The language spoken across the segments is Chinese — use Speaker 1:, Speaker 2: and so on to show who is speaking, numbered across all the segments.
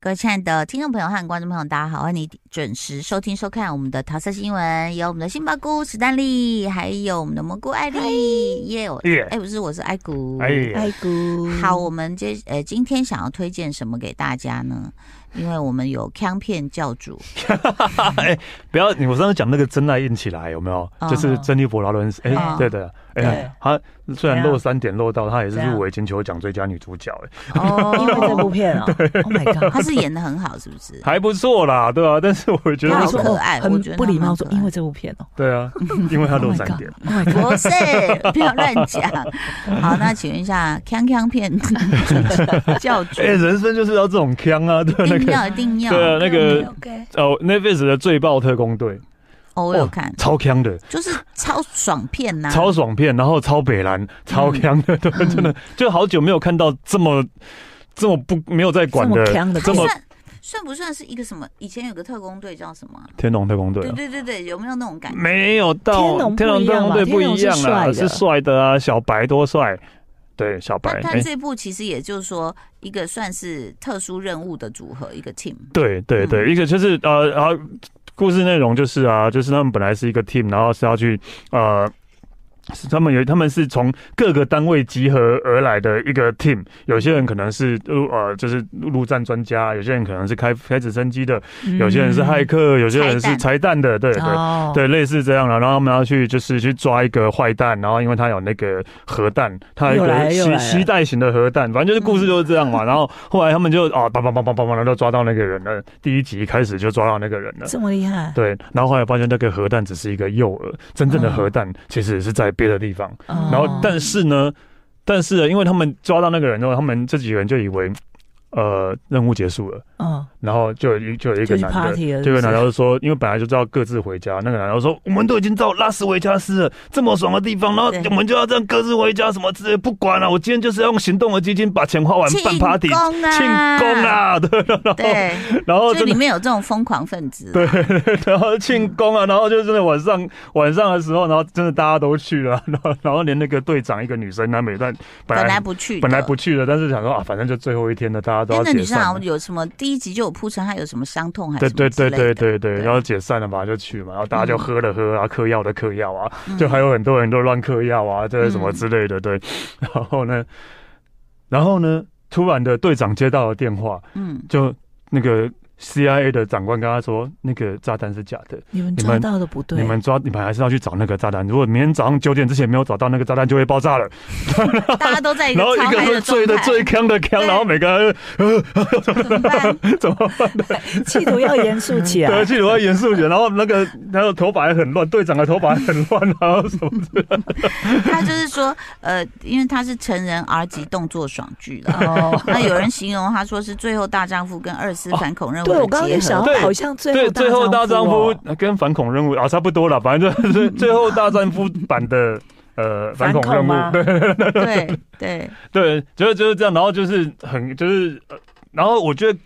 Speaker 1: 各位亲爱的听众朋友和观众朋友，大家好，欢迎你准时收听收看我们的桃色新闻，有我们的杏鲍菇史丹利，还有我们的蘑菇艾丽，耶！我
Speaker 2: 耶
Speaker 1: 哎，不是，我是艾谷。
Speaker 2: 哎，
Speaker 3: 爱姑，
Speaker 1: 好，我们接呃，今天想要推荐什么给大家呢？因为我们有康片教 主，
Speaker 2: 不要你，我上次讲那个真爱硬起来有没有？
Speaker 1: 嗯
Speaker 2: 就是珍妮佛劳伦斯，哎
Speaker 1: 嗯，
Speaker 2: 对的，
Speaker 3: 对
Speaker 2: 哎，她虽然
Speaker 3: 怎样
Speaker 2: 漏三点漏到，她也是
Speaker 3: 怎样
Speaker 2: 入围金球奖最佳女主角，哎，
Speaker 1: 哦
Speaker 3: 因为这部片 啊，Oh my god，
Speaker 1: 他是演的很好，是不是？
Speaker 2: 还不错啦，对啊，但是我觉
Speaker 1: 她
Speaker 2: 得
Speaker 1: 好
Speaker 3: 说
Speaker 1: 可爱
Speaker 3: 哦
Speaker 1: 我
Speaker 3: 很
Speaker 1: 觉得
Speaker 3: 不
Speaker 1: 她
Speaker 3: 礼貌
Speaker 1: 蛮
Speaker 3: 说
Speaker 1: 可爱
Speaker 3: 因为这部片哦
Speaker 2: 对啊，因为她
Speaker 3: ，Oh
Speaker 2: 漏
Speaker 3: my
Speaker 2: 三点，
Speaker 3: god，Oh my god，
Speaker 1: 不是，不要乱讲。好，那请问一下，康康片 教主
Speaker 2: 哎，人生就是要这种腔啊，对啊
Speaker 1: 一
Speaker 3: 嗯
Speaker 2: 那
Speaker 1: 定
Speaker 2: 个
Speaker 1: 要一定要，
Speaker 2: 对啊那个
Speaker 3: OK，
Speaker 2: 哦，Netflix 的最爆特工队
Speaker 1: 哦，我有看，
Speaker 2: 超腔的，
Speaker 1: 就是超爽片呐，
Speaker 2: 超爽片，然后超北
Speaker 3: 嗯
Speaker 2: 蓝，超腔的， 对，真的就好久没有看到这么这么不没有在
Speaker 3: 这
Speaker 2: 管
Speaker 3: 么
Speaker 2: 的
Speaker 3: 强的
Speaker 1: 它
Speaker 2: 这
Speaker 3: 片
Speaker 2: 么
Speaker 1: 算算不算是一个什么？以前有个特工队叫什么啊？
Speaker 2: 天龙特工队
Speaker 1: 对
Speaker 2: 啊。嗯
Speaker 1: 对对对，有没有那种感觉？
Speaker 2: 没有
Speaker 3: 天
Speaker 2: 到
Speaker 3: 龙不
Speaker 2: 龙
Speaker 3: 一
Speaker 2: 特
Speaker 3: 样
Speaker 2: 工
Speaker 3: 嘛
Speaker 2: 队不
Speaker 3: 天龙
Speaker 2: 一
Speaker 3: 是
Speaker 2: 样啦，
Speaker 3: 帅的
Speaker 2: 是帅的啊，小白多帅，对，小白
Speaker 1: 但，
Speaker 2: 哎
Speaker 1: 但这部其实也就是说，一个算是特殊任务的组合，一个 team。
Speaker 2: 对对
Speaker 3: 嗯
Speaker 2: 对，一个就是呃，然后故事内容就是啊，就是他们本来是一个 team，然后是要去呃。是他们有，他们是从各个单位集合而来的一个 team。有些人可能是陆呃，就是陆战专家；有些人可能是开开直升机的；有些人是骇客；有些人是拆弹的。对对
Speaker 3: 嗯哦，
Speaker 2: 对，类似这样了。然后他们要去就是去抓一个坏蛋，然后因为他有那个核弹，他有一
Speaker 3: 又来
Speaker 2: 个
Speaker 3: 了又
Speaker 2: 携
Speaker 3: 来了嗯
Speaker 2: 携带型的核弹，反正就是故事就是这样嘛。 然后后来他们就啊，梆梆梆梆梆梆，然后就抓到那个人了。第一集一开始就抓到那个人了。
Speaker 3: 这么厉害，
Speaker 2: 对，然后后来发现那个核弹只是一个诱饵，真正的
Speaker 3: 嗯
Speaker 2: 核弹其实是在别的地方。
Speaker 3: 然
Speaker 2: 然后
Speaker 1: 哦，
Speaker 2: 但是呢，但是呢因为他们抓到那个人之后，他们这几个人就以为，呃，任务结束了，
Speaker 3: 嗯，
Speaker 2: 然后就有一就有一
Speaker 3: 就
Speaker 2: 个
Speaker 3: 去
Speaker 2: 男的，
Speaker 3: party 了，
Speaker 2: 这个男
Speaker 3: 是
Speaker 2: 的就说，因为本来就知道各自回家，那个男的说，我们都已经到拉斯维加斯了，这么爽的地方，然后
Speaker 1: 对
Speaker 2: 我们就要这样各自回家什么之类，不管啊了、我今天就是要用行动的基金把钱花完办 party
Speaker 1: 功啊，
Speaker 2: 庆功！啊，对，然后
Speaker 1: 对，
Speaker 2: 然后
Speaker 1: 所以
Speaker 2: 真
Speaker 1: 里
Speaker 2: 的。
Speaker 1: 面有这种疯狂分子。啊
Speaker 2: 对，然后庆功啊，然后就真的晚上晚上的时候，然后真的大家都去了，然后然后连那个队长一个女生，她每段本
Speaker 1: 本来
Speaker 2: 来
Speaker 1: 不去的，
Speaker 2: 本来不去的，但是想说啊，反正就最后一天了，大家都
Speaker 1: 哎，
Speaker 2: 要
Speaker 1: 那
Speaker 2: 解
Speaker 1: 女生好
Speaker 2: 散
Speaker 1: 像
Speaker 2: 了。
Speaker 1: 有什么第一集就有铺陈，她有什么伤痛还是
Speaker 2: 对
Speaker 1: 什么之类
Speaker 2: 对对
Speaker 1: 的
Speaker 2: 对对对，
Speaker 1: 对
Speaker 2: 然后解散了嘛，就去嘛，然后大家就
Speaker 1: 嗯
Speaker 2: 喝了喝啊，嗑药的嗑药啊，
Speaker 1: 嗯
Speaker 2: 就还有很多人都乱嗑药啊，这些什么之类的，对。 然后呢，然后呢，突然的队长接到了电话，
Speaker 1: 嗯，
Speaker 2: 就那个 CIA 的长官跟他说，那个炸弹是假的，
Speaker 3: 你们
Speaker 2: 你
Speaker 3: 抓
Speaker 2: 们
Speaker 3: 到的不对，
Speaker 2: 你 们抓，你们还是要去找那个炸弹。如果明天早上九点之前没有找到那个炸弹，就会爆炸了。
Speaker 1: 大家都在一个
Speaker 2: 然后一
Speaker 1: 超
Speaker 2: 个
Speaker 1: 嗨
Speaker 2: 会
Speaker 1: 的
Speaker 2: 醉的
Speaker 1: 状态
Speaker 2: 最坑的坑，
Speaker 1: 对
Speaker 2: 然后每个人
Speaker 1: 怎么 办？
Speaker 2: 呃怎么
Speaker 3: 企图要严肃起
Speaker 2: 对，
Speaker 3: 来，
Speaker 2: 记得我要严肃一点。然后那个，然后头发还很乱，队长的头发还很乱，然后什么
Speaker 1: 他就是说，呃，因为他是成人 R 级动作爽剧 了。
Speaker 3: 哦，
Speaker 1: 那有人形容他说是《最后大丈夫》跟《二次反恐任务》
Speaker 3: 哦对我刚刚
Speaker 1: 的
Speaker 3: 也
Speaker 1: 结
Speaker 3: 想
Speaker 1: 合。
Speaker 3: 到，
Speaker 2: 对
Speaker 3: 好像最
Speaker 2: 对，
Speaker 3: 后
Speaker 2: 最后大丈
Speaker 3: 哦
Speaker 2: 夫跟反恐任务啊差不多了，反正就是 最后大丈夫版的呃反恐任
Speaker 3: 吗
Speaker 2: 务，？对
Speaker 1: 对对，
Speaker 2: 对，就是就是这样，然后就是很就是，呃然后我觉得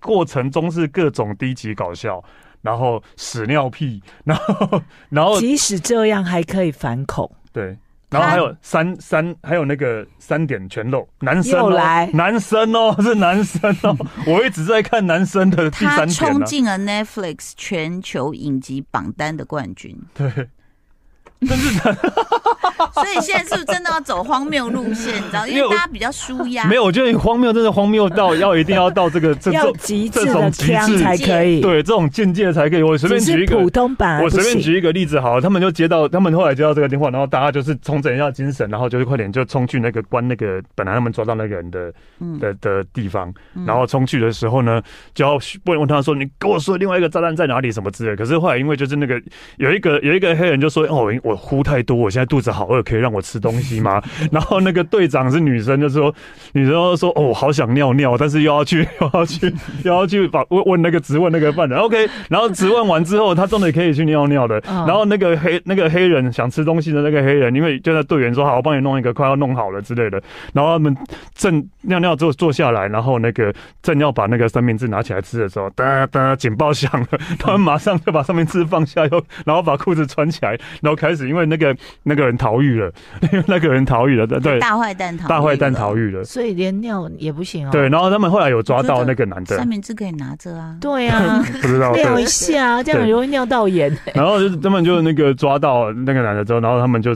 Speaker 2: 过程中是各种低级搞笑。然后屎尿屁， 然后然后
Speaker 3: 即使这样还可以反恐，
Speaker 2: 对，然后还有三三，还有那个三点全漏，男生、
Speaker 3: 又
Speaker 2: 哦、
Speaker 3: 来
Speaker 2: 男生哦，是男生哦， 我一直在看男生的第
Speaker 1: 他
Speaker 2: 三点啊
Speaker 1: 冲
Speaker 2: 呢、
Speaker 1: 进了 Netflix 全球影集榜单的冠军。对， 所以现在是不是真的要走荒谬路线？你知道，因
Speaker 2: 因为
Speaker 1: 为
Speaker 2: 我
Speaker 1: 大家比较舒压，
Speaker 2: 没有，我觉得荒谬，真的荒谬 到要一定要到这个这
Speaker 3: 要
Speaker 2: 这
Speaker 3: 极
Speaker 2: 这
Speaker 3: 致
Speaker 2: 种
Speaker 3: 的
Speaker 2: 极致
Speaker 3: 枪才可以，
Speaker 2: 对这种境界才可以。我随便
Speaker 3: 只
Speaker 2: 举一
Speaker 3: 是
Speaker 2: 个，
Speaker 3: 普通版
Speaker 2: 我
Speaker 3: 不
Speaker 2: 随便
Speaker 3: 行。
Speaker 2: 举一个例子好了，他们就接到，他们后来接到这个电话，然后大家就是重整一下精神，然后就是快点就冲去那个关那个本来他们抓到那个人的
Speaker 1: 嗯，
Speaker 2: 的的地方，
Speaker 1: 嗯
Speaker 2: 然后冲去的时候呢，就要问问他说：“你跟我说另外一个炸弹在哪里？什么之类。”可是后来因为就是那个有一个有一个黑人就说：“哦，我呼太多，我现在肚子好饿，可以让我吃东西吗？”然后那个队长是女生，就说女生就说：“哦，我好想尿尿，但是又要去 又要去又要去把问问那个质问那个犯人。”OK，然后质问完之后，他真的可以去尿尿的。
Speaker 3: 嗯
Speaker 2: 然后那个黑那个黑人想吃东西的那个黑人，因为就在队员说：“好，我帮你弄一个，快要弄好了之类的。”然后他们正尿尿之后坐下来，然后那个正要把那个三明治拿起来吃的时候，哒哒警报响了，他们马上就把三明治放下，又然后把裤子穿起来，然后开始始因为那个 那个人逃狱了， 因为那个人逃狱了，对，
Speaker 1: 大坏蛋逃，
Speaker 2: 大坏蛋逃
Speaker 1: 狱
Speaker 2: 狱了，
Speaker 3: 所以连尿也不行哦。
Speaker 2: 对，然后他们后来有抓到那个男
Speaker 1: 了，
Speaker 2: 的
Speaker 1: 三，明治可以拿着啊。
Speaker 3: 对 啊，
Speaker 2: 不知哦道，对
Speaker 3: 尿一下啊，这样很容易尿道炎。
Speaker 2: 然后就是他们就那个抓到那个男的之后，然后他们就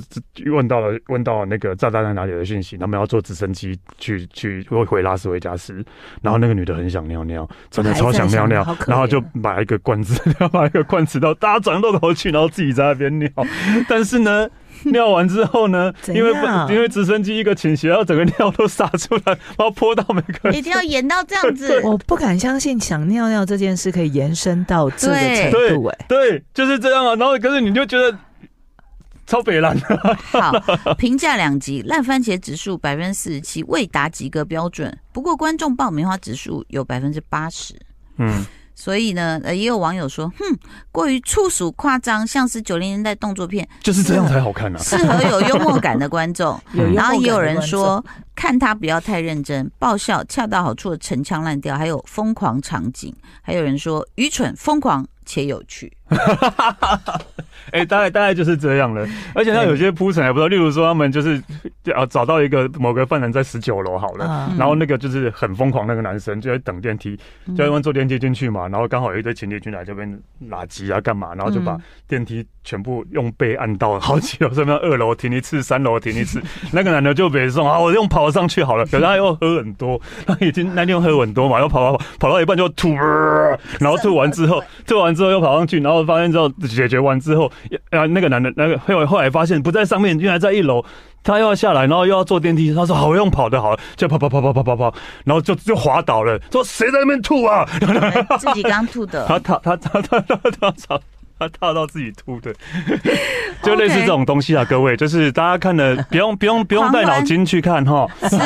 Speaker 2: 问到了问到了那个炸弹在哪里的讯息，他们要坐直升机去去回回拉斯维加斯，然后那个女的很想尿尿，真的超想尿尿
Speaker 3: 还在想好，可怜
Speaker 2: 然后就买一个罐子，买一个罐子到大家转过头去，然后自己在 那边尿，但是呢。尿完之后呢，
Speaker 3: 怎
Speaker 2: 因为不
Speaker 3: 样，
Speaker 2: 因为直升机一个倾斜，然后整个尿都洒出来，然后泼到每个人
Speaker 1: 一定要演到这样子
Speaker 3: 我不敢相信想尿尿这件事可以延伸到这个程度哎、
Speaker 2: 对，就是这样啊。然后可是你就觉得超北蓝的，
Speaker 1: 好， 评价两极，烂番茄指数百分之四十七，未达及格标准。不过观众爆米花指数有百分之八十，
Speaker 2: 嗯，
Speaker 1: 所以呢，呃，也有网友说，哼，过于粗俗夸张，像是九零年代动作片，
Speaker 2: 就是这样才好看啊。
Speaker 1: 适合有幽默感的观众。
Speaker 3: 有幽默感的
Speaker 1: 然后也有人
Speaker 3: 观众
Speaker 1: 说，看他不要太认真，爆笑恰到好处的陈腔滥调，还有疯狂场景，还有人说愚蠢、疯狂且有趣。
Speaker 2: 哎、大概大概就是这样了。而且他有些铺陈还不知道，例如说他们就是啊找到一个某个犯人在十九楼好了。
Speaker 3: 啊，
Speaker 2: 然后那个就是很疯狂那个男生，就在等电梯，就在那边坐电梯进去嘛，然后刚好有一堆情侣进来这边拉机啊干嘛，然后就把
Speaker 1: 嗯
Speaker 2: 电梯全部用背按到好几楼，这边二楼停一次，三楼停一次，那个男的就别送啊，我用跑上去好了，可是他又喝很多，他已经那天又喝很多嘛，又跑跑跑跑到一半就吐，然后吐完之后，吐完之后又跑上去，然后发现之后解决完之后，啊那个男的那个后来后来发现不在上面，原来在一楼。他又要下来，然后又要坐电梯。他说：“好，我用跑的好了，就跑跑跑跑跑跑跑，然后就就滑倒了。说谁在那边吐啊？
Speaker 1: 哎自己刚吐的，
Speaker 2: 他踏他他他他他他他踏到自己吐的，就类似这种东西啊，各位，就是大家看的不用不用不用带脑筋去看哈，
Speaker 1: 是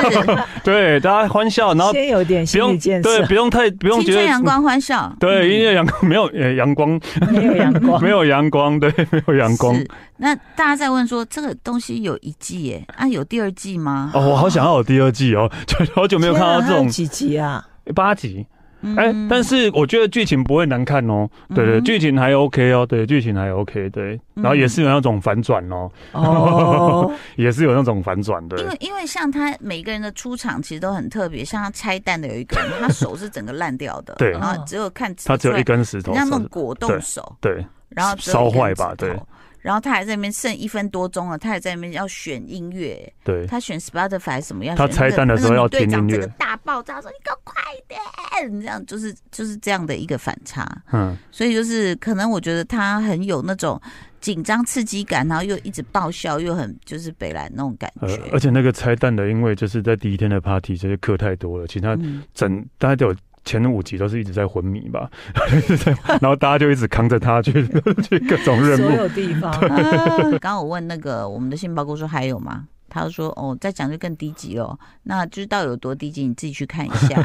Speaker 2: 对，大家欢笑，然后
Speaker 3: 先有点
Speaker 2: 不
Speaker 3: 心理
Speaker 2: 用
Speaker 3: 建
Speaker 2: 对
Speaker 3: 设，
Speaker 2: 不用太不用
Speaker 1: 青
Speaker 2: 觉
Speaker 1: 春阳
Speaker 2: 得。
Speaker 1: 光嗯欢笑。
Speaker 2: 对，因为阳光没 有呃阳光，
Speaker 3: 没有阳光
Speaker 2: 没。有阳光，对，没有阳光。
Speaker 1: 是，那大家在问说这个东西有一季耶，啊，有第二季吗？
Speaker 2: 哦，我好想要有第二季哦， 就好 久没有看到这
Speaker 3: 天啊还
Speaker 2: 种
Speaker 3: 有几集 啊？
Speaker 2: 八集。
Speaker 1: 嗯
Speaker 2: 哎、但是我觉得剧情不会难看哦，对对
Speaker 1: 嗯
Speaker 2: 剧情还 OK 哦，对，剧情还 OK，对，然后也是有那种反转哦，
Speaker 3: 哦，
Speaker 2: 也是有那种反转的，
Speaker 1: 因为因为像他每个人的出场其实都很特别，像他拆弹的有一个人，他手是整个烂掉的，
Speaker 2: 对
Speaker 1: 然后只有看
Speaker 2: 他只有一
Speaker 1: 个，
Speaker 2: 根石头
Speaker 1: 人家，那
Speaker 2: 是
Speaker 1: 种果冻手，
Speaker 2: 对，
Speaker 1: 然后只有
Speaker 2: 烧
Speaker 1: 一根
Speaker 2: 坏吧
Speaker 1: 指头
Speaker 2: 对。
Speaker 1: 然后他还在那边剩一分多钟了，他还在那边要选音乐，
Speaker 2: 对，
Speaker 1: 他选 Spotify 还是什么要
Speaker 2: 他
Speaker 1: 选
Speaker 2: 拆
Speaker 1: 那个
Speaker 2: 弹的时候
Speaker 1: 那个
Speaker 2: 要
Speaker 1: 女队
Speaker 2: 听
Speaker 1: 长
Speaker 2: 音
Speaker 1: 整
Speaker 2: 乐
Speaker 1: 个大爆炸说你给我快点，这样就是就是这样的一个反差。
Speaker 2: 嗯，
Speaker 1: 所以就是可能我觉得他很有那种紧张刺激感，然后又一直爆笑，又很就是北兰那种感
Speaker 2: 呃
Speaker 1: 觉。，
Speaker 2: 而且那个拆弹的，因为就是在第一天的 party，这些课太多了，其他
Speaker 1: 嗯，
Speaker 2: 整大家有前五集都是一直在昏迷吧， 然后大家就一直扛着他去 去各种任
Speaker 3: 所
Speaker 2: 务，
Speaker 3: 有地 方
Speaker 1: 啊刚刚我问那个我们的杏鲍菇说还有吗？他就说哦，再讲就更低级哦。那知道有多低级，你自己去看一 下，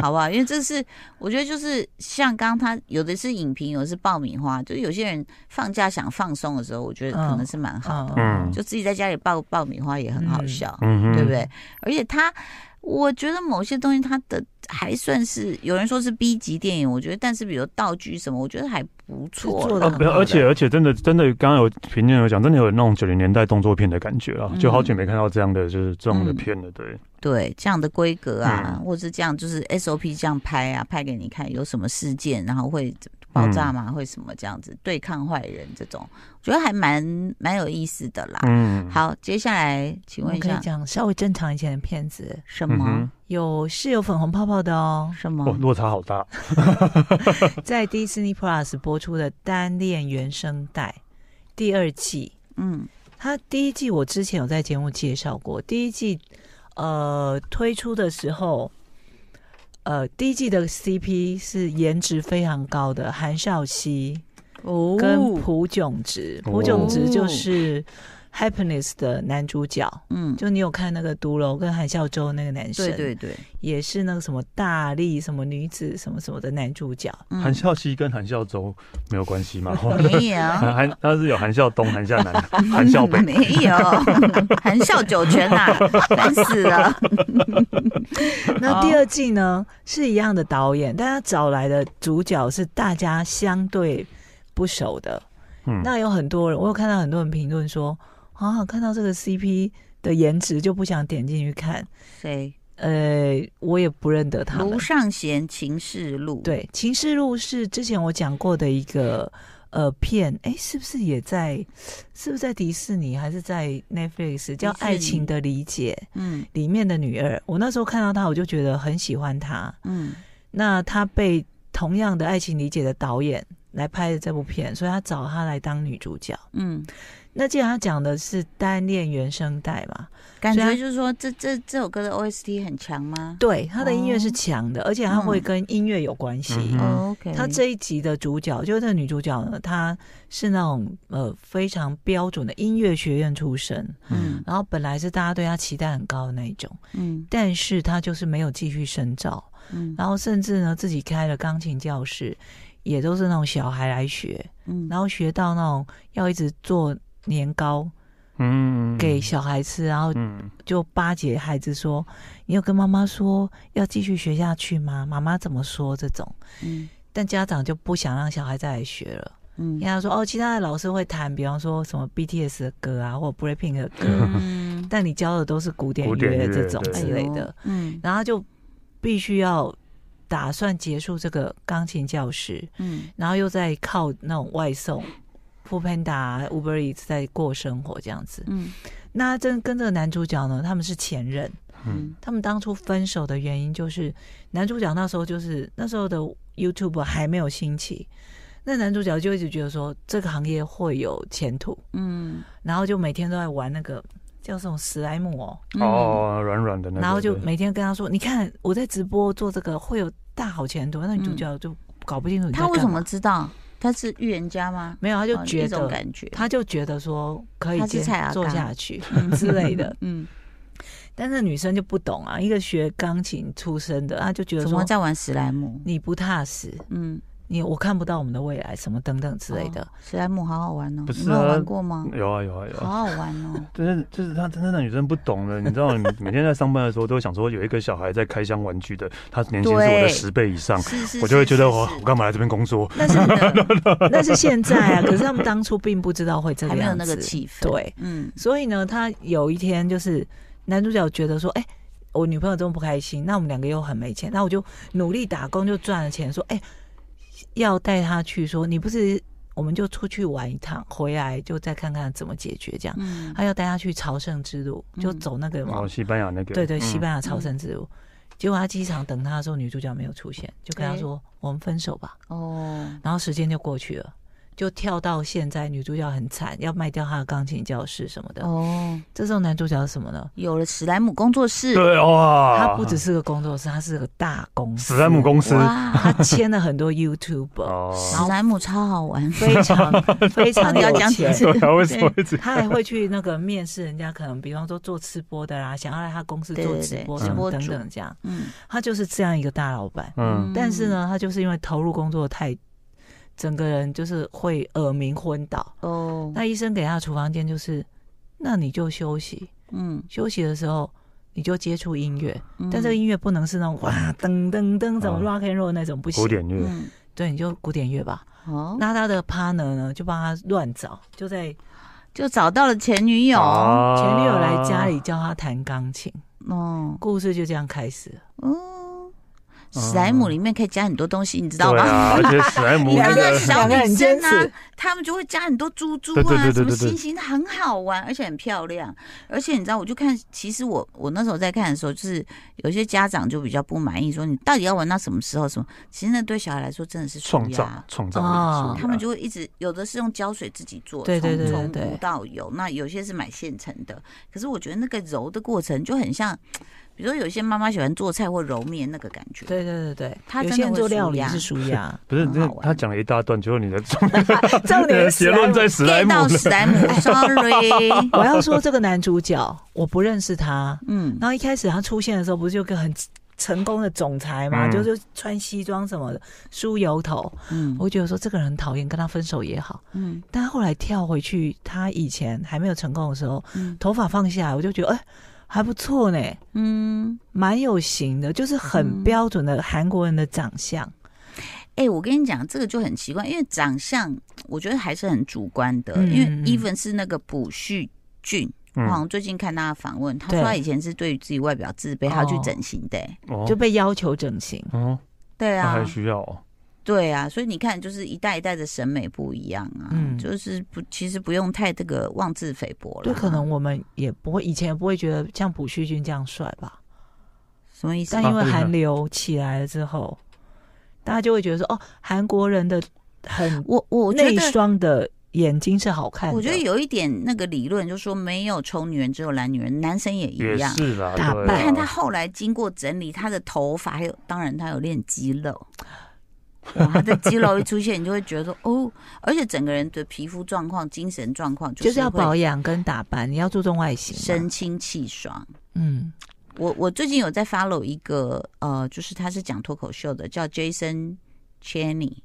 Speaker 1: 好不好？因为这是我觉得就是像刚刚他有的是影评，有的是爆米花，就是有些人放假想放松的时候，我觉得可能是蛮好
Speaker 3: 啊
Speaker 1: 的，
Speaker 2: 嗯
Speaker 1: 就自己在家里爆爆米花也很好
Speaker 3: 嗯
Speaker 1: 笑。
Speaker 2: 嗯哼
Speaker 1: 对不？对？而且它，我觉得某些东西它的还算是有人说是 B 级电影，我觉得，但是比如道具什么，我觉得还不错
Speaker 3: 是做
Speaker 1: 啦。
Speaker 3: 得
Speaker 2: 呃，
Speaker 3: 很
Speaker 2: 没有
Speaker 3: 好
Speaker 2: 而
Speaker 1: 嗯
Speaker 2: 且而且真的真的，刚刚有评论有讲，真的有那种九零年代动作片的感觉啊，
Speaker 1: 嗯
Speaker 2: 就好久没看到这样的就是这样的
Speaker 1: 嗯
Speaker 2: 片了，对，
Speaker 1: 对这样的规格
Speaker 2: 嗯
Speaker 1: 啊，或者是这样就是 SOP 这样拍啊，拍给你看有什么事件，然后会
Speaker 2: 嗯
Speaker 1: 爆炸吗？会什么这样子对抗坏人这种，我觉得还蛮蛮有意思的啦。
Speaker 2: 嗯，
Speaker 1: 好，接下来请
Speaker 3: 我
Speaker 1: 问
Speaker 3: 们
Speaker 1: 一
Speaker 3: 可以
Speaker 1: 下
Speaker 3: 讲稍微正常一点的片子，
Speaker 1: 什
Speaker 2: 嗯
Speaker 1: 么
Speaker 2: 哼，
Speaker 3: 有是有粉红泡泡的哦，
Speaker 1: 什
Speaker 2: 哦，
Speaker 1: 么？
Speaker 2: 落差好大，
Speaker 3: 在 Disney Plus 播出的《单恋原声带》第二季，
Speaker 1: 嗯
Speaker 3: 它第一季我之前有在节目介绍过，第一季呃推出的时候，呃第一季的 CP 是颜值非常高的韩少熙
Speaker 1: 哦
Speaker 3: 跟朴炯植，朴炯植就是《Happiness》的男主角，
Speaker 1: 嗯，
Speaker 3: 就你有看那个独楼跟韩孝周那个男生，
Speaker 1: 对对对，
Speaker 3: 也是那个什么大力什么女子什么什么的男 主角，
Speaker 1: 嗯
Speaker 2: 韩孝熙跟韩孝周没有关系 哦吗？
Speaker 1: 没有。
Speaker 2: 韩
Speaker 3: 啊
Speaker 2: 韩他是有韩孝东、韩孝 南、
Speaker 3: 嗯
Speaker 2: 韩孝北，
Speaker 1: 嗯没有， 含笑九泉 呐、烦死了。
Speaker 3: 那第二季呢是一样的导演，但他找来的主角是大家相对不熟的，
Speaker 2: 嗯
Speaker 3: 那有很多人，我有看到很多人评论说啊，看到这个 CP 的颜值就不想点进去看。
Speaker 1: 谁？
Speaker 3: 呃，我也不认得他们
Speaker 1: 卢。尚贤《情事录》，
Speaker 3: 对，《情事录》是之前我讲过的一个呃片，哎，是不是也在？是不是在迪士尼还是在 Netflix 叫
Speaker 1: 迪
Speaker 3: 《
Speaker 1: 士尼
Speaker 3: 爱情的理解
Speaker 1: 嗯》
Speaker 3: 里面的女二？我那时候看到她，我就觉得很喜欢她。
Speaker 1: 嗯，
Speaker 3: 那她被同样的《爱情理解》的导演来拍的这部片，所以她找她来当女主角。
Speaker 1: 嗯，
Speaker 3: 那既然她讲的是单恋原声带嘛，
Speaker 1: 感
Speaker 3: 所以
Speaker 1: 觉
Speaker 3: 他
Speaker 1: 就是说这这这首歌的 OST 很强吗？
Speaker 3: 对，她的音乐
Speaker 1: 哦
Speaker 3: 是强的，而且她会跟音乐有关系。
Speaker 2: 嗯嗯哼
Speaker 1: 哦 OK，
Speaker 3: 她这一集的主角，就是那个女主角呢，她是那种呃非常标准的音乐学院出身，
Speaker 1: 嗯
Speaker 3: 然后本来是大家对她期待很高的那一种，
Speaker 1: 嗯
Speaker 3: 但是她就是没有继续深造，
Speaker 1: 嗯
Speaker 3: 然后甚至呢自己开了钢琴教室，也都是那种小孩来学，
Speaker 1: 嗯，
Speaker 3: 然后学到那种要一直做年糕
Speaker 2: 嗯，
Speaker 3: 给小孩吃，然后
Speaker 2: 嗯
Speaker 3: 就巴结孩子说，你有跟妈妈说要继续学下去吗？妈妈怎么说这种？
Speaker 1: 嗯
Speaker 3: 但家长就不想让小孩再来学了。
Speaker 1: 嗯
Speaker 3: 人家说哦，其他的老师会弹，比方说什么 BTS 的歌啊，或 Breaking 的歌，
Speaker 1: 嗯，
Speaker 3: 但你教的都是古典
Speaker 2: 古
Speaker 3: 音
Speaker 2: 典
Speaker 3: 乐
Speaker 2: 乐
Speaker 3: 这种
Speaker 2: 对
Speaker 3: 之类的，
Speaker 1: 哎呦，嗯
Speaker 3: 然后就必须要打算结束这个钢琴教室，
Speaker 1: 嗯
Speaker 3: 然后又在靠那种外送。富 Panda、Uber Eats 在过生活这样子。
Speaker 1: 嗯
Speaker 3: 那这跟这个男主角呢，他们是前任，
Speaker 2: 嗯
Speaker 1: 嗯
Speaker 3: 他们当初分手的原因就是男主角那时候就是那时候的 YouTube 还没有兴起，那男主角就一直觉得说这个行业会有前途，
Speaker 1: 嗯
Speaker 3: 然后就每天都在玩那个叫什么史莱姆哦，
Speaker 1: 嗯，
Speaker 2: 哦，软软的那个，
Speaker 3: 然后就
Speaker 2: 对
Speaker 3: 每天跟他说：“你看我在直播做这个会有大好前途。”那女主角就搞不清楚你在
Speaker 1: 他为什
Speaker 3: 干嘛
Speaker 1: 么知道？他是预言家吗？
Speaker 3: 没有，他就
Speaker 1: 哦
Speaker 3: 觉
Speaker 1: 一种
Speaker 3: 得
Speaker 1: 感觉，
Speaker 3: 他就觉得说可以
Speaker 1: 他是啊
Speaker 3: 接
Speaker 1: 蔡阿
Speaker 3: 做
Speaker 1: 嘎
Speaker 3: 下去
Speaker 1: 嗯
Speaker 3: 之类的，
Speaker 1: 嗯，
Speaker 3: 但是女生就不懂啊，一个学钢琴出身的，她就觉得
Speaker 1: 怎
Speaker 3: 说
Speaker 1: 么在玩史莱姆？
Speaker 3: 你不踏实，
Speaker 1: 嗯
Speaker 3: 你我看不到我们的未来什么等等之类的。
Speaker 1: 哦史莱姆好好玩哦，
Speaker 2: 不是
Speaker 1: 你
Speaker 2: 啊
Speaker 1: 们有玩过吗？
Speaker 2: 有啊有啊有啊
Speaker 1: 好，好玩哦，
Speaker 2: 但是就是他真的那女生不懂的，你知道，你 每天在上班的时候都想说有一个小孩在开箱玩具的，他年薪是我的
Speaker 1: 对
Speaker 2: 十倍以上，
Speaker 1: 是是，
Speaker 2: 我就会
Speaker 1: 是
Speaker 2: 觉得我
Speaker 1: 是
Speaker 2: 我干嘛来这边工作？
Speaker 3: 那
Speaker 1: 真
Speaker 3: 是
Speaker 1: 的
Speaker 3: 那是现在啊，可是他们当初并不知道会这
Speaker 1: 哦还
Speaker 3: 个
Speaker 1: 没有
Speaker 3: 样
Speaker 1: 那个
Speaker 3: 子
Speaker 1: 气氛，
Speaker 3: 对，
Speaker 1: 嗯
Speaker 3: 所以呢，他有一天就是男主角觉得说，哎、我女朋友这么不开心，那我们两个又很没钱，那我就努力打工就赚了钱，说，哎、要带她去说，你不是我们就出去玩一趟，回来就再看看怎么解决这样。
Speaker 1: 嗯，
Speaker 3: 他要带她去朝圣之路，就走那个嘛，
Speaker 2: 哦，西班牙那个，
Speaker 3: 对对，
Speaker 2: 嗯
Speaker 3: 西班牙朝圣之路。结果他机场等她的时候，女主角没有出现，就跟他说：“我们分手吧。
Speaker 1: 哦”，
Speaker 3: 然后时间就过去了，就跳到现在，女主角很惨，要卖掉她的钢琴教室什么的。
Speaker 1: 哦，
Speaker 3: 这时候男主角是什么呢？
Speaker 1: 有了史莱姆工作室，
Speaker 2: 对哇，
Speaker 3: 他不只是个工作室，他是个大公司，
Speaker 2: 史莱姆公司
Speaker 1: 哇，
Speaker 3: 他签了很多 YouTuber，
Speaker 2: 哦，
Speaker 1: 史莱姆超好玩，
Speaker 3: 非 常非
Speaker 1: 到
Speaker 3: 常
Speaker 1: 底要
Speaker 3: 有
Speaker 1: 讲几
Speaker 3: 钱。
Speaker 1: 次？
Speaker 2: 对啊， 为什么一直
Speaker 3: 他还会去那个面试人家，可能比方说做吃播的啊啦，想要来他公司
Speaker 1: 对
Speaker 3: 做
Speaker 1: 对
Speaker 3: 直
Speaker 1: 对
Speaker 3: 播
Speaker 1: 直
Speaker 3: 什么
Speaker 1: 播
Speaker 3: 等
Speaker 1: 主
Speaker 3: 等这样。
Speaker 1: 嗯，
Speaker 3: 他就是这样一个大老板，
Speaker 2: 嗯
Speaker 3: 但是，呢，他就是因为投入工作太，整个人就是会耳鸣昏倒。
Speaker 1: 哦，
Speaker 3: 那医生给他的处方间就是，那你就休息，
Speaker 1: 嗯，
Speaker 3: 休息的时候你就接触音乐，
Speaker 1: 嗯
Speaker 3: 但这个音乐不能是那种哇噔噔噔怎么
Speaker 2: 哦
Speaker 3: rock and roll 那种不行，
Speaker 2: 古典乐？
Speaker 1: 嗯，
Speaker 3: 对，你就古典乐吧。
Speaker 1: 哦，
Speaker 3: 那他的 partner 呢，就帮他乱找，就在
Speaker 1: 就找到了前女友，
Speaker 2: 啊
Speaker 3: 前女友来家里教他弹钢琴，
Speaker 1: 哦，
Speaker 3: 故事就这样开始了。
Speaker 2: 啊
Speaker 1: 哦，史莱姆里面可以加很多东西，你知道
Speaker 2: 对
Speaker 1: 吗？
Speaker 2: 啊，而且史莱姆
Speaker 1: 你
Speaker 3: 两
Speaker 1: 看
Speaker 3: 个
Speaker 1: 那
Speaker 2: 的
Speaker 1: 个小
Speaker 3: 两个
Speaker 1: 女
Speaker 3: 很坚
Speaker 1: 生
Speaker 3: 持
Speaker 1: 啊，他们就会加很多珠珠
Speaker 2: 对对
Speaker 1: 啊，
Speaker 2: 对对
Speaker 1: 什么
Speaker 2: 对对
Speaker 1: 星星，很好玩，而且很漂亮。而且你知道，我就看，其实我我那时候在看的时候，就是有些家长就比较不满意，说你到底要玩到什么时候？什么？其实那对小孩来说真的是
Speaker 2: 创
Speaker 1: 舒
Speaker 2: 造
Speaker 1: 压
Speaker 2: 创造
Speaker 3: 哦
Speaker 2: 力，
Speaker 1: 他们就会一直有的是用胶水自己做，
Speaker 3: 对对对
Speaker 1: 从从
Speaker 3: 对对
Speaker 1: 无到有。那有些是买现成的，可是我觉得那个揉的过程就很像，比如说有些妈妈喜欢做菜或揉面那个感觉。
Speaker 3: 对对对对，
Speaker 1: 他
Speaker 3: 有
Speaker 1: 真的
Speaker 3: 些人
Speaker 1: 会
Speaker 3: 做料
Speaker 1: 舒
Speaker 3: 理
Speaker 1: 压
Speaker 3: 是舒 压，
Speaker 2: 不是
Speaker 1: 很
Speaker 2: 那
Speaker 1: 好玩
Speaker 2: 他讲了一大段，结果你的
Speaker 3: 重点是
Speaker 2: 结论在史
Speaker 1: get
Speaker 2: 莱姆嗯
Speaker 1: 到
Speaker 2: 了，
Speaker 1: 史莱姆 ，sorry，
Speaker 3: 我 要说这个男主角，我不认识他。
Speaker 1: 嗯
Speaker 3: 然后一开始他出现的时候，不是有个很成功的总裁嘛，
Speaker 2: 嗯
Speaker 3: 就是穿西装什么的，梳油头。
Speaker 1: 嗯
Speaker 3: 我觉得说这个人很讨厌，跟他分手也好。
Speaker 1: 嗯
Speaker 3: 但他后来跳回去，他以前还没有成功的时候，
Speaker 1: 嗯
Speaker 3: 头发放下来，我就觉得哎、还不错呢，
Speaker 1: 嗯，
Speaker 3: 蛮有型的，就是很
Speaker 1: 嗯
Speaker 3: 标准的韩国人的长相。
Speaker 1: 哎、我跟你讲，这个就很奇怪，因为长相我觉得还是很主观的，
Speaker 3: 嗯
Speaker 1: 因为
Speaker 3: 嗯嗯
Speaker 1: even 是那个朴叙俊。
Speaker 2: 嗯
Speaker 1: 我好像最近看他的访问，他说
Speaker 3: 对
Speaker 1: 他以前是对于自己外表自卑，他去整形的、欸
Speaker 2: 哦
Speaker 3: 就被要求整形。
Speaker 2: 哦，
Speaker 1: 对
Speaker 2: 那还
Speaker 1: 啊，
Speaker 2: 需要哦
Speaker 1: 对啊，所以你看，就是一代一代的审美不一样啊，
Speaker 3: 嗯
Speaker 1: 就是不，其实不用太这个妄自菲薄了。
Speaker 3: 对，可能我们也不会，以前也不会觉得像朴叙俊这样帅吧。
Speaker 1: 什么意思
Speaker 3: 但？因为
Speaker 2: 啊对
Speaker 3: 韩流起来了之后，大家就会觉得说，哦，韩国人的很
Speaker 1: 我我觉
Speaker 3: 内
Speaker 1: 得
Speaker 3: 双的眼睛是好看的。
Speaker 1: 我觉得有一点那个理论，就说没有丑女人，只有懒女人，男生也
Speaker 2: 也
Speaker 1: 一样。
Speaker 2: 是啦，
Speaker 3: 打
Speaker 2: 对
Speaker 1: 你
Speaker 3: 扮
Speaker 2: 啊
Speaker 1: 看他后来经过整理，他的头发还有，当然他有练肌肉。 哇，他的肌肉一出现，你就会觉得 哦，而且整个人的皮肤状况、精神状况
Speaker 3: 就是是要
Speaker 1: 会
Speaker 3: 保养跟打扮，你要注重外形
Speaker 1: 神
Speaker 3: 嘛。
Speaker 1: 清气爽。
Speaker 3: 嗯，
Speaker 1: 我我最近有在 follow 一个呃，就是他是讲脱口秀的，叫 Jason Cheney，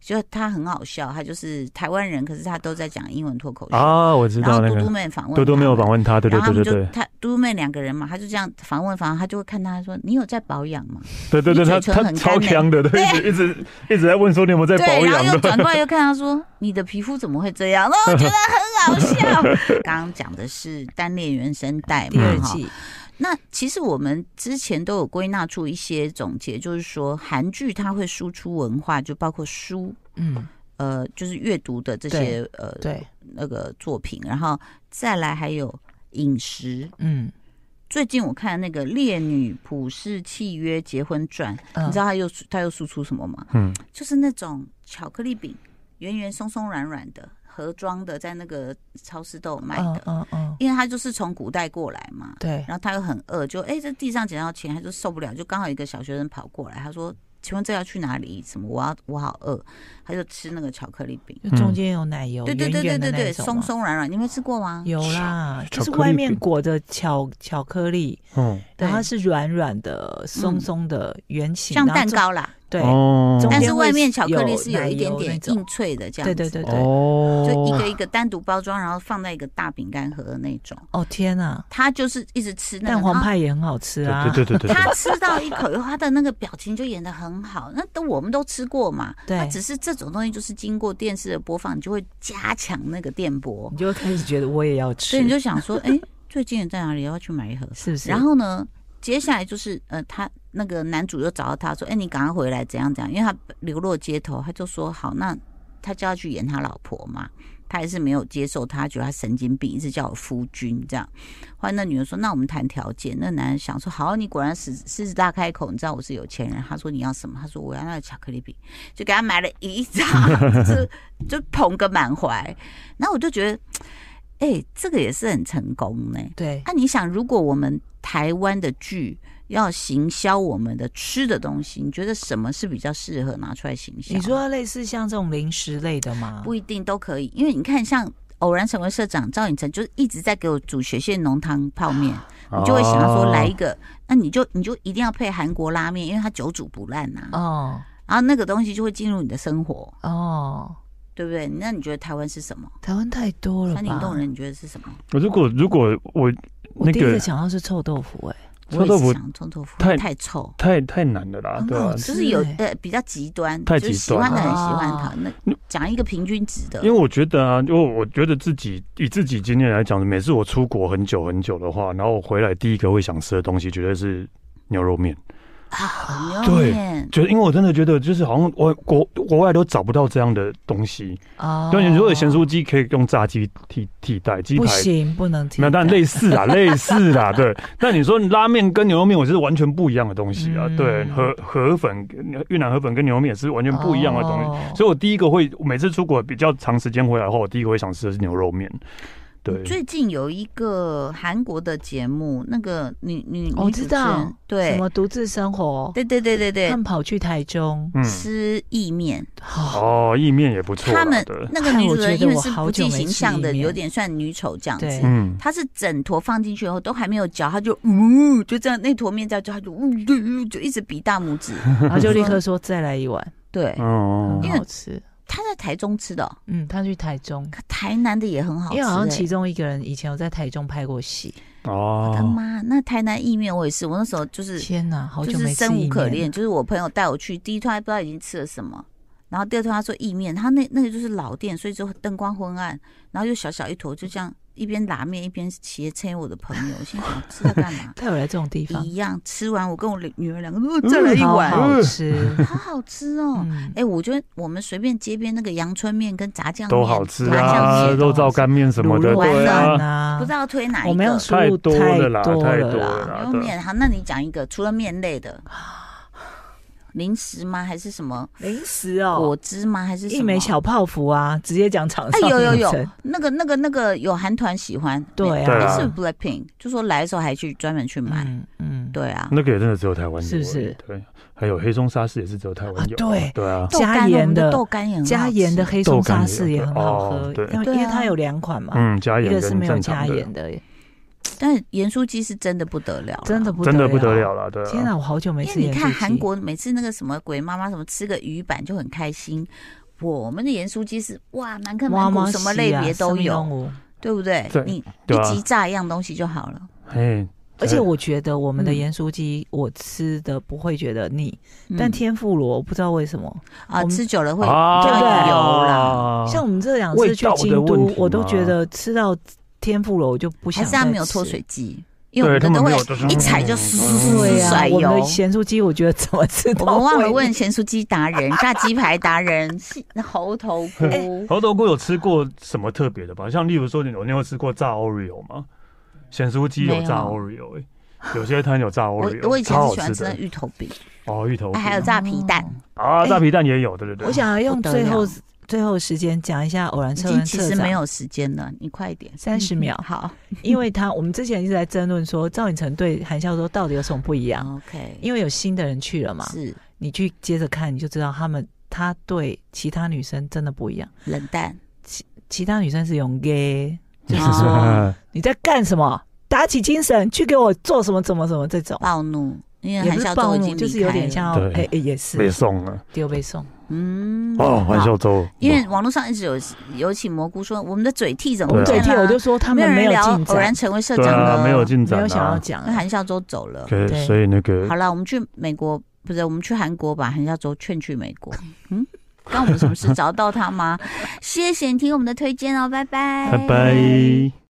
Speaker 1: 就他很好笑，他就是台湾人，可是他都在讲英文脱口秀。
Speaker 2: 啊，我知
Speaker 1: 然后
Speaker 2: 道那
Speaker 1: 嘟嘟
Speaker 2: 个
Speaker 1: 妹访问
Speaker 2: 嘟嘟没有
Speaker 1: 他们
Speaker 2: 访问他，对对
Speaker 1: 然后他
Speaker 2: 对
Speaker 1: 们
Speaker 2: 对
Speaker 1: 就
Speaker 2: 对
Speaker 1: 他嘟妹两个人嘛，他就这样访问，访问他就会看他说：“你有在保养吗
Speaker 2: 对对对，
Speaker 1: 你
Speaker 2: 他
Speaker 1: 嘴唇
Speaker 2: 他
Speaker 1: 很
Speaker 2: 超
Speaker 1: 干欸
Speaker 2: 强的，对，一直一直一直在问说你有没有？”在保
Speaker 1: 对，然后
Speaker 2: 养
Speaker 1: 又
Speaker 2: 的，
Speaker 1: 转过来又看他说：“你的皮肤怎么会这样？”那我觉得 很好笑。刚刚讲的是单恋原声带
Speaker 3: 第
Speaker 1: 嘛，
Speaker 3: 二
Speaker 1: 哈。
Speaker 3: 季
Speaker 1: 那其实我们之前都有归纳出一些总结，就是说韩剧它会输出文化，就包括书，
Speaker 3: 嗯，
Speaker 1: 呃，就是阅读的这些呃
Speaker 3: 对，
Speaker 1: 那个作品，然后再来还有饮食。
Speaker 3: 嗯，
Speaker 1: 最近我看那个《烈女普世契约结婚传》，
Speaker 3: 嗯
Speaker 1: 你知道它又它又输出什么吗？
Speaker 2: 嗯，
Speaker 1: 就是那种巧克力饼，圆圆松松软软的盒装的，在那个超市都有卖
Speaker 3: 嗯
Speaker 1: 的，
Speaker 3: 嗯嗯，
Speaker 1: 因为它就是从古代过来嘛。
Speaker 3: 对，
Speaker 1: 然后他又很饿，就哎、这地上捡到钱，他就受不了，就刚好有一个小学生跑过来，他说：“请问这要去哪里？什么？我要我好饿。”他就吃那个巧克力
Speaker 2: 嗯
Speaker 1: 饼，
Speaker 3: 就中间有奶油，
Speaker 1: 对对对对
Speaker 3: 圆圆的
Speaker 1: 对对，
Speaker 3: 那种
Speaker 1: 松
Speaker 3: 嘛
Speaker 1: 松软软，你们吃过吗？
Speaker 3: 有啦，
Speaker 2: 巧
Speaker 3: 就是
Speaker 2: 克力
Speaker 3: 外面
Speaker 2: 饼
Speaker 3: 裹着巧巧克力，
Speaker 2: 嗯，
Speaker 3: 然
Speaker 1: 对
Speaker 3: 后它是软软的、松松的、圆形，
Speaker 1: 像
Speaker 3: 然后
Speaker 1: 蛋
Speaker 3: 中，
Speaker 1: 糕啦，
Speaker 3: 对，
Speaker 2: 哦
Speaker 3: 中
Speaker 1: 但是
Speaker 3: 间会
Speaker 1: 外面巧克力
Speaker 3: 有
Speaker 1: 是有一点
Speaker 3: 奶油
Speaker 1: 点
Speaker 3: 那种
Speaker 1: 硬脆的这样
Speaker 3: 对
Speaker 1: 子，
Speaker 3: 对对对。
Speaker 2: 哦，
Speaker 1: 就一个一个单独包装，然后放在一个大饼干盒的那种。
Speaker 3: 哦天啊，
Speaker 1: 他就是一直吃那个
Speaker 3: 蛋黄
Speaker 1: 然后
Speaker 3: 派也很好吃啊，
Speaker 2: 对对对对对
Speaker 1: 他吃到一口以后，他的那个表情就演得很好。那都我们都吃过嘛，
Speaker 3: 对
Speaker 1: 那只是这种东西就是经过电视的播放，你就会加强那个电波
Speaker 3: 你，就会开始觉得我也要吃，
Speaker 1: 所以你就想说，哎、最近人在哪里？要不要去买一盒？
Speaker 3: 是不是？
Speaker 1: 然后呢，接下来就是呃，他那个男主又找到他说，哎、你赶快回来，怎样怎样，因为他流落街头，他就说好，那他叫他去演他老婆嘛。他还是没有接受他，觉得他神经病，一直叫我夫君这样。后来那女人说：“那我们谈条件。”那男人想说：“好，你果然狮狮子大开口，你知道我是有钱人。”他说：“你要什么？”他说：“我要那个巧克力饼。”就给他买了一扎，就是 就捧个满怀。然后我就觉得，哎、这个也是很成功呢、
Speaker 3: 对
Speaker 1: 那、你想，如果我们台湾的剧要行销我们的吃的东西，你觉得什么是比较适合拿出来行销？啊
Speaker 3: 你说类似像这种零食类的吗？
Speaker 1: 不一定都可以，因为你看，像偶然成为社长赵寅成，就是一直在给我煮雪线浓汤泡面，
Speaker 2: 哦
Speaker 1: 你就会想要
Speaker 2: 啊
Speaker 1: 说来一个，那你就你就一定要配韩国拉面，因为它久煮不烂呐、
Speaker 3: 哦
Speaker 1: 然后那个东西就会进入你的生活，
Speaker 3: 哦，
Speaker 1: 对不对？那你觉得台湾是什么？
Speaker 3: 台湾太多了吧？
Speaker 1: 三鼎洞人你觉得是什么？
Speaker 2: 我如果如果我
Speaker 3: 我
Speaker 2: 那
Speaker 3: 第一个
Speaker 2: 个
Speaker 3: 想到是臭豆腐，哎，
Speaker 2: 臭豆
Speaker 1: 我也
Speaker 2: 腐
Speaker 1: 是想臭豆腐
Speaker 2: 太
Speaker 1: 太臭。
Speaker 2: 太太难了啦，
Speaker 3: 很
Speaker 2: 对
Speaker 3: 好
Speaker 2: 吧？
Speaker 1: 就
Speaker 3: 吃
Speaker 1: 是有
Speaker 3: 欸
Speaker 1: 呃比较极端，
Speaker 2: 太
Speaker 1: 就是
Speaker 2: 极
Speaker 1: 喜
Speaker 2: 端
Speaker 1: 欢的很
Speaker 3: 了
Speaker 1: 喜欢他
Speaker 3: 啊。
Speaker 1: 那讲一个平均值的
Speaker 2: 因为，我觉得啊，因为我觉得自己以自己经验来讲，每次我出国很久很久的话，然后我回来第一个会想吃的东西，绝对是牛肉面。
Speaker 1: 啊，牛肉
Speaker 2: 对
Speaker 1: 面
Speaker 2: 觉得，因为我真的觉得，就是好像我国国外都找不到这样的东西。
Speaker 3: 哦，
Speaker 2: 对，你如果咸酥鸡可以用炸鸡替替代，鸡排
Speaker 3: 不行，不能听，
Speaker 2: 没有，但类似 啦，类似啦，对。那你说拉面跟牛肉面，我是完全不一样的东西啊。
Speaker 3: 嗯
Speaker 2: 对，河河粉、呃越南河粉跟牛肉面也是完全不一样的东西。
Speaker 3: 哦
Speaker 2: 所以我第一个会，每次出国比较长时间回来的话，我第一个会想吃的是牛肉面。对，
Speaker 1: 最近有一个韩国的节目，那个女女
Speaker 3: 哦我
Speaker 1: 女主
Speaker 3: 知
Speaker 1: 持人
Speaker 3: 道，什
Speaker 1: 对
Speaker 3: 么独自生活，
Speaker 1: 对对对对
Speaker 3: 他
Speaker 1: 对，
Speaker 3: 们跑去台中，
Speaker 2: 嗯，
Speaker 1: 吃意面，
Speaker 3: 好，
Speaker 2: 哦，意面也不错啦。
Speaker 1: 他们
Speaker 2: 对，
Speaker 1: 那个女主持
Speaker 3: 哎我
Speaker 1: 人
Speaker 3: 觉
Speaker 1: 因
Speaker 3: 得
Speaker 1: 为
Speaker 3: 我
Speaker 1: 是
Speaker 3: 好
Speaker 1: 不
Speaker 3: 久
Speaker 1: 计
Speaker 3: 没
Speaker 1: 形
Speaker 3: 吃
Speaker 1: 象
Speaker 3: 意
Speaker 1: 的，
Speaker 3: 面
Speaker 1: 有点算女丑这样
Speaker 3: 对
Speaker 1: 子。
Speaker 2: 嗯，
Speaker 1: 她是整坨放进去以后都还没有嚼，她就嗯，就这样那坨面在嚼，她就嗯，对嗯就一直比大拇指。
Speaker 2: 嗯
Speaker 3: 然后就立刻说再来一碗，
Speaker 1: 对，
Speaker 2: 哦，
Speaker 3: 很
Speaker 1: 因为
Speaker 3: 好吃。
Speaker 1: 她在台中吃的哦，
Speaker 3: 嗯，他去台中，
Speaker 1: 可台南的也很好吃
Speaker 3: 因
Speaker 1: 欸。
Speaker 3: 为好像其中一个人以前有在台中拍过戏。
Speaker 1: 我的
Speaker 2: 哦，
Speaker 1: 妈！那台南意面我也是，我那时候就是
Speaker 3: 天哪，好
Speaker 1: 就
Speaker 3: 久
Speaker 1: 是
Speaker 3: 没吃
Speaker 1: 生无
Speaker 3: 意
Speaker 1: 可
Speaker 3: 面？
Speaker 1: 恋，就是我朋友带我去，第一趟还不知道已经吃了什么，然后第二天他说意面，他那那个就是老店，所以就灯光昏暗，然后又小小一坨，就这样一边拉面一边斜切我的朋友，我心想这在干嘛
Speaker 3: 带我来这种 地方，嗯
Speaker 1: 一样吃完，我跟我女儿两个都再来一碗，
Speaker 3: 好好吃。
Speaker 1: 好好吃哦。
Speaker 3: 嗯
Speaker 1: 哎、我觉得我们随便街边那个阳春面跟炸酱面
Speaker 2: 都好吃
Speaker 1: 麻
Speaker 3: 麻
Speaker 2: 啊，
Speaker 1: 酱
Speaker 3: 酱
Speaker 1: 面
Speaker 3: 蟹
Speaker 2: 肉燥干面什么的，
Speaker 3: 卤肉
Speaker 1: 丸
Speaker 2: 对
Speaker 3: 饭
Speaker 2: 啊，
Speaker 3: 啊
Speaker 1: 不知，道推哪一个。
Speaker 3: 我们要输
Speaker 2: 太
Speaker 3: 入
Speaker 2: 多了啦
Speaker 3: 多
Speaker 2: 太
Speaker 3: 了
Speaker 2: 多
Speaker 3: 啦
Speaker 2: 了啦
Speaker 1: 然后
Speaker 2: 对
Speaker 1: 面，好，那你讲一个，除了面类的，零食吗？还是什么
Speaker 3: 零食哦
Speaker 1: 果，汁吗？还是什么
Speaker 3: 一枚？小泡芙啊，直接讲厂
Speaker 1: 哎，
Speaker 3: 商名
Speaker 1: 有有
Speaker 3: 称。
Speaker 1: 有，那个那个那个有韩团喜欢，
Speaker 3: 对啊
Speaker 2: 对啊
Speaker 1: 那是不是 Blackpink，就说来的时候还去专门去买，
Speaker 3: 嗯嗯，
Speaker 1: 对啊，
Speaker 2: 那个也真的只有台湾有而已，哎
Speaker 3: 是不是
Speaker 2: 对，还有黑松沙士也是只有台湾
Speaker 3: 啊
Speaker 2: 有，
Speaker 3: 对
Speaker 2: 对啊，
Speaker 1: 豆
Speaker 3: 加
Speaker 1: 干哦
Speaker 3: 盐
Speaker 1: 我们
Speaker 3: 的
Speaker 1: 的豆干也很好吃
Speaker 3: 加盐的黑松沙士也很好
Speaker 2: 豆干也有
Speaker 3: 喝，
Speaker 2: 对哦
Speaker 3: 因为
Speaker 1: 对啊
Speaker 3: 因为它有两款嘛，
Speaker 2: 嗯，加
Speaker 3: 一
Speaker 2: 盐
Speaker 3: 个是
Speaker 2: 跟
Speaker 3: 没有
Speaker 2: 正
Speaker 3: 加
Speaker 2: 常的
Speaker 3: 盐，的，
Speaker 1: 但盐酥鸡是真的不得了啦，
Speaker 3: 真的不
Speaker 2: 真的不得了了，对
Speaker 3: 天
Speaker 2: 啊，
Speaker 3: 哪，我好久没
Speaker 1: 因
Speaker 3: 吃
Speaker 1: 为你
Speaker 3: 盐酥
Speaker 1: 看
Speaker 3: 鸡。
Speaker 1: 韩国每次那个什么鬼妈妈什么吃个鱼板就很开心，我们的盐酥鸡是哇难看
Speaker 3: 哇
Speaker 1: 满
Speaker 3: 妈
Speaker 1: 谷
Speaker 3: 西啊
Speaker 1: 什么类别都
Speaker 3: 生命
Speaker 1: 有，
Speaker 3: 动物
Speaker 1: 对不对
Speaker 2: 对？
Speaker 1: 你
Speaker 2: 对啊
Speaker 1: 一集炸一样东西就好了。
Speaker 2: 哎，
Speaker 3: 而且我觉得我们的
Speaker 1: 嗯
Speaker 3: 盐酥鸡，我吃的不会觉得腻，
Speaker 1: 嗯
Speaker 3: 但天妇罗我不知道为什么，
Speaker 1: 啊
Speaker 3: 我们
Speaker 1: 吃久了会
Speaker 2: 啊
Speaker 1: 就会油啦，
Speaker 3: 像我们这两
Speaker 2: 味
Speaker 3: 次去
Speaker 2: 道的
Speaker 3: 京
Speaker 2: 问
Speaker 3: 都
Speaker 2: 题，
Speaker 3: 我都
Speaker 2: 吗
Speaker 3: 觉得吃到天妇罗我就不
Speaker 1: 还
Speaker 3: 想
Speaker 1: 是它
Speaker 3: 再
Speaker 1: 没有脱
Speaker 3: 吃
Speaker 1: 水机，因为我
Speaker 2: 对
Speaker 1: 们
Speaker 2: 他
Speaker 1: 都
Speaker 2: 们
Speaker 1: 会
Speaker 2: 没有就是
Speaker 1: 一踩就
Speaker 2: 嗯
Speaker 1: 嗖
Speaker 3: 对
Speaker 1: 嗖
Speaker 3: 呀、
Speaker 1: 嗖甩
Speaker 3: 我们
Speaker 1: 油
Speaker 3: 的。咸酥鸡，我觉得怎么吃
Speaker 1: 我
Speaker 3: 都
Speaker 1: 们忘了
Speaker 3: 会
Speaker 1: 问咸酥鸡达 人、炸鸡排达人、是猴头菇。
Speaker 2: 猴头菇有吃过什么特别的吧？像例如说，你有你有吃过炸 Oreo 吗？咸酥鸡有炸
Speaker 1: 没
Speaker 2: Oreo，、欸、有些摊有炸
Speaker 1: 我
Speaker 2: Oreo，
Speaker 1: 我以前
Speaker 2: 超
Speaker 1: 是
Speaker 2: 好
Speaker 1: 喜欢吃
Speaker 2: 吃
Speaker 1: 那
Speaker 2: 的
Speaker 1: 芋头饼，
Speaker 2: 哦，芋头
Speaker 1: 哎还有
Speaker 2: 饼
Speaker 1: 炸皮蛋，
Speaker 2: 啊，
Speaker 3: 哎
Speaker 2: 炸皮蛋也有，对对对。
Speaker 3: 我想要用
Speaker 1: 不得
Speaker 3: 最后
Speaker 1: 了
Speaker 3: 最后时间讲一下偶然
Speaker 1: 已
Speaker 3: 车
Speaker 1: 经
Speaker 3: 轮
Speaker 1: 其
Speaker 3: 车
Speaker 1: 实没
Speaker 3: 长，
Speaker 1: 有时间了，你快一点，
Speaker 3: 30秒
Speaker 1: 好
Speaker 3: 因为他我们之前一直在争论说赵寅成对韩孝周到底有什么不一 样，
Speaker 1: ，OK，
Speaker 3: 因为有新的人去了嘛，
Speaker 1: 是
Speaker 3: 你去接着看你就知道他们他对其他女生真的不一样，
Speaker 1: 冷淡，
Speaker 3: 其他女生是用 gay，就是说
Speaker 1: 哦
Speaker 3: 你在干什么，打起精神去给我做什么怎么怎么这种。
Speaker 1: 暴怒，因为
Speaker 3: 哦也
Speaker 1: 韩
Speaker 3: 不是
Speaker 1: 孝周
Speaker 3: 暴
Speaker 1: 已
Speaker 3: 怒，
Speaker 1: 经
Speaker 3: 就是
Speaker 1: 离
Speaker 3: 有
Speaker 1: 开
Speaker 3: 点
Speaker 1: 了
Speaker 3: 像，
Speaker 2: 对
Speaker 3: 哎、哎也
Speaker 2: 被
Speaker 3: 是
Speaker 2: 送了
Speaker 3: 丢被送，
Speaker 1: 嗯，
Speaker 2: 哦，
Speaker 1: 好
Speaker 2: 玩笑周，
Speaker 1: 因为网络上一直有有请蘑菇说我们的嘴替怎么啊
Speaker 3: 我们
Speaker 2: 对啊
Speaker 3: 嘴
Speaker 1: 见
Speaker 3: 替
Speaker 1: 啦
Speaker 3: 我就说他
Speaker 1: 没
Speaker 3: 们
Speaker 1: 有人
Speaker 3: 没有
Speaker 1: 聊
Speaker 3: 进
Speaker 1: 偶
Speaker 3: 展
Speaker 1: 然，成为社
Speaker 2: 对
Speaker 1: 长
Speaker 2: 啊，
Speaker 1: 了，
Speaker 2: 没有进
Speaker 3: 没
Speaker 2: 展
Speaker 3: 有想要
Speaker 2: 啊。
Speaker 3: 讲
Speaker 1: 那，韩孝周走了。
Speaker 2: 可
Speaker 3: 对
Speaker 2: 所以那个
Speaker 1: 好了，我们去美国，不是我们去韩国把韩孝周劝去美国。 嗯，关我们什么事？找到他吗？谢谢你听我们的推荐哦，拜拜，
Speaker 2: 拜拜。